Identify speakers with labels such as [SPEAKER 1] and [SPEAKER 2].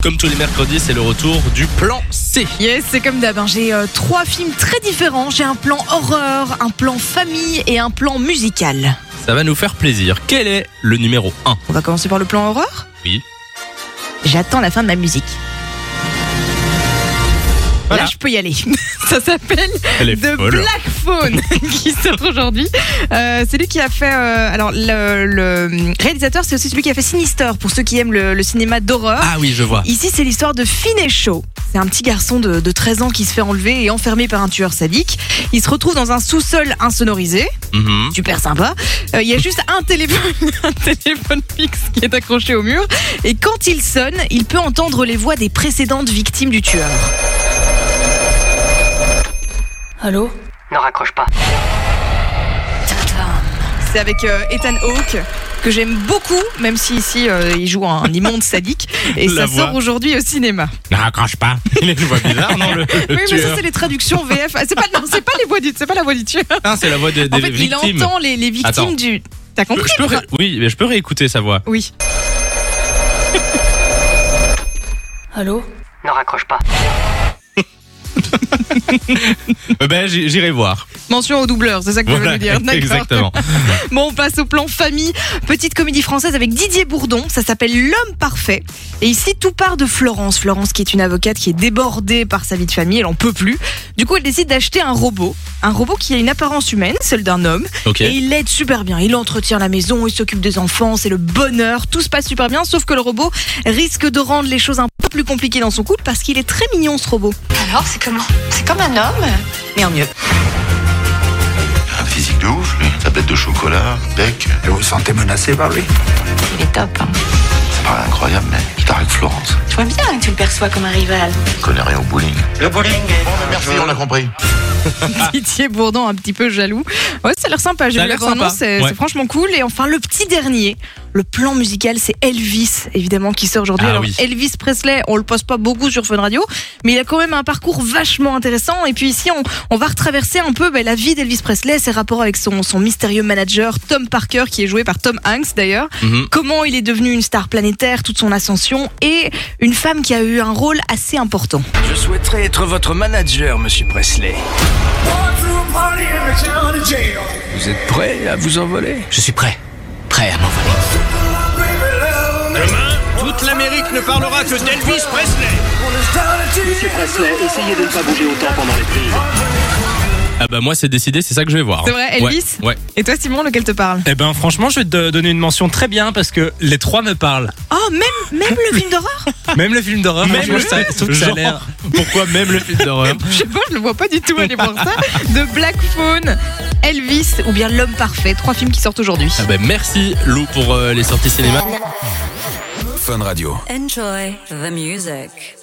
[SPEAKER 1] Comme tous les mercredis, c'est le retour du plan C.
[SPEAKER 2] Yes, c'est comme d'hab. hein. J'ai euh, trois films très différents. J'ai un plan horreur, un plan famille et un plan musical.
[SPEAKER 1] Ça va nous faire plaisir. Quel est le numéro 1
[SPEAKER 2] On va commencer par le plan horreur
[SPEAKER 1] Oui.
[SPEAKER 2] J'attends la fin de ma musique.
[SPEAKER 1] Voilà.
[SPEAKER 2] Là, je peux y aller. Ça s'appelle
[SPEAKER 1] Elle est
[SPEAKER 2] The
[SPEAKER 1] folle.
[SPEAKER 2] Black Phone qui sort aujourd'hui. Euh, c'est lui qui a fait. euh, alors, le, le réalisateur, c'est aussi celui qui a fait Sinister pour ceux qui aiment le, le cinéma d'horreur.
[SPEAKER 1] Ah oui, je vois.
[SPEAKER 2] Ici, c'est l'histoire de Finesho. C'est un petit garçon de, de 13 ans qui se fait enlever et enfermé par un tueur sadique. Il se retrouve dans un sous-sol insonorisé.
[SPEAKER 1] Mhm.
[SPEAKER 2] Super sympa. Euh, Il y a juste un téléphone, un téléphone fixe qui est accroché au mur. Et quand il sonne, il peut entendre les voix des précédentes victimes du tueur.
[SPEAKER 3] Allô
[SPEAKER 4] Ne raccroche pas.
[SPEAKER 2] C'est avec euh, Ethan Hawke que j'aime beaucoup, même si ici euh, il joue un immonde sadique. Et
[SPEAKER 1] La
[SPEAKER 2] ça
[SPEAKER 1] voix.
[SPEAKER 2] sort aujourd'hui au cinéma.
[SPEAKER 1] Ne raccroche pas. Il a une voix bizarre, non le, le
[SPEAKER 2] oui, mais ça
[SPEAKER 1] tueur
[SPEAKER 2] c'est les traductions VF. Ah, C'est pas, non, c'est pas les voix du, c'est pas la voix du tueur.
[SPEAKER 1] Ah, C'est la voix de- des
[SPEAKER 2] En fait, il
[SPEAKER 1] victimes.
[SPEAKER 2] entend les, les victimes
[SPEAKER 1] Attends.
[SPEAKER 2] du. T'as
[SPEAKER 1] Je peux-
[SPEAKER 2] compris
[SPEAKER 1] je peux ré- Oui, mais je peux réécouter sa voix.
[SPEAKER 2] Oui.
[SPEAKER 3] Allô
[SPEAKER 4] Ne raccroche pas.
[SPEAKER 1] Eh Ben, j'y- j'irai voir.
[SPEAKER 2] Mention au doubleur, c'est ça que je
[SPEAKER 1] Voilà,
[SPEAKER 2] veux dire. D'accord.
[SPEAKER 1] exactement.
[SPEAKER 2] Bon, on passe au plan famille. Petite comédie française avec Didier Bourdon. Ça s'appelle L'homme parfait. Et ici, tout part de Florence. Florence, qui est une avocate qui est débordée par sa vie de famille, elle en peut plus. Du coup, elle décide d'acheter un robot. Un robot qui a une apparence humaine, celle d'un homme.
[SPEAKER 1] Ok.
[SPEAKER 2] Et il l'aide super bien. Il entretient la maison, il s'occupe des enfants, c'est le bonheur. Tout se passe super bien, sauf que le robot risque de rendre les choses un peu plus compliquées dans son couple parce qu'il est très mignon, ce robot.
[SPEAKER 5] Alors, c'est comment C'est comme un homme
[SPEAKER 2] Mais en mieux.
[SPEAKER 6] Un physique de ouf, lui. Tablette de chocolat, bec.
[SPEAKER 7] Et vous vous sentez menacé par lui
[SPEAKER 5] Il est top. hein.
[SPEAKER 6] Ça paraît incroyable, mais il t'arrête Florence.
[SPEAKER 5] Je vois bien que tu le perçois comme un rival.
[SPEAKER 6] Il connaît rien au bowling. Le bowling Bon, mais merci, on l'a compris.
[SPEAKER 2] Didier Bourdon un petit peu jaloux. Ouais, ça a l'air sympa. J'ai
[SPEAKER 1] Ça a
[SPEAKER 2] vu la
[SPEAKER 1] l'air sympa.
[SPEAKER 2] bande-annonce, c'est
[SPEAKER 1] Ouais.
[SPEAKER 2] c'est franchement cool. Et enfin, le petit dernier, le plan musical, c'est Elvis, évidemment, qui sort aujourd'hui.
[SPEAKER 1] Ah
[SPEAKER 2] Alors,
[SPEAKER 1] oui.
[SPEAKER 2] Elvis Presley, on le poste pas beaucoup sur Fun Radio, mais il a quand même un parcours vachement intéressant. Et puis ici, on, on va retraverser un peu ben, la vie d'Elvis Presley, ses rapports avec son, son mystérieux manager, Tom Parker, qui est joué par Tom Hanks d'ailleurs.
[SPEAKER 1] Mhm.
[SPEAKER 2] Comment il est devenu une star planétaire, toute son ascension, et une femme qui a eu un rôle assez important.
[SPEAKER 8] Je souhaiterais être votre manager, monsieur Presley. Vous êtes prêt à vous envoler Je suis prêt. Prêt à m'envoler. Demain, toute l'Amérique ne parlera que d'Elvis Presley.
[SPEAKER 1] Ah bah moi c'est décidé, c'est ça que je vais voir.
[SPEAKER 2] C'est vrai,
[SPEAKER 1] Ouais,
[SPEAKER 2] Elvis
[SPEAKER 1] Ouais.
[SPEAKER 2] Et toi, Simon, lequel te parle
[SPEAKER 9] Eh ben franchement, je vais te donner une mention très bien parce que les trois me parlent.
[SPEAKER 1] Ah,
[SPEAKER 2] Oh, même, même le film d'horreur
[SPEAKER 9] Même le film d'horreur,
[SPEAKER 1] Même
[SPEAKER 9] franchement,
[SPEAKER 1] le
[SPEAKER 9] ça, je trouve que ça a
[SPEAKER 1] Genre,
[SPEAKER 9] l'air.
[SPEAKER 1] pourquoi même le film d'horreur
[SPEAKER 2] Je sais pas, je le vois pas du tout aller voir ça. De Black Phone, Elvis ou bien L'homme parfait, trois films qui sortent aujourd'hui.
[SPEAKER 1] Ah
[SPEAKER 9] ben,
[SPEAKER 1] bah, merci Lou pour euh, les sorties cinéma.
[SPEAKER 8] Fun Radio.
[SPEAKER 3] Enjoy the music.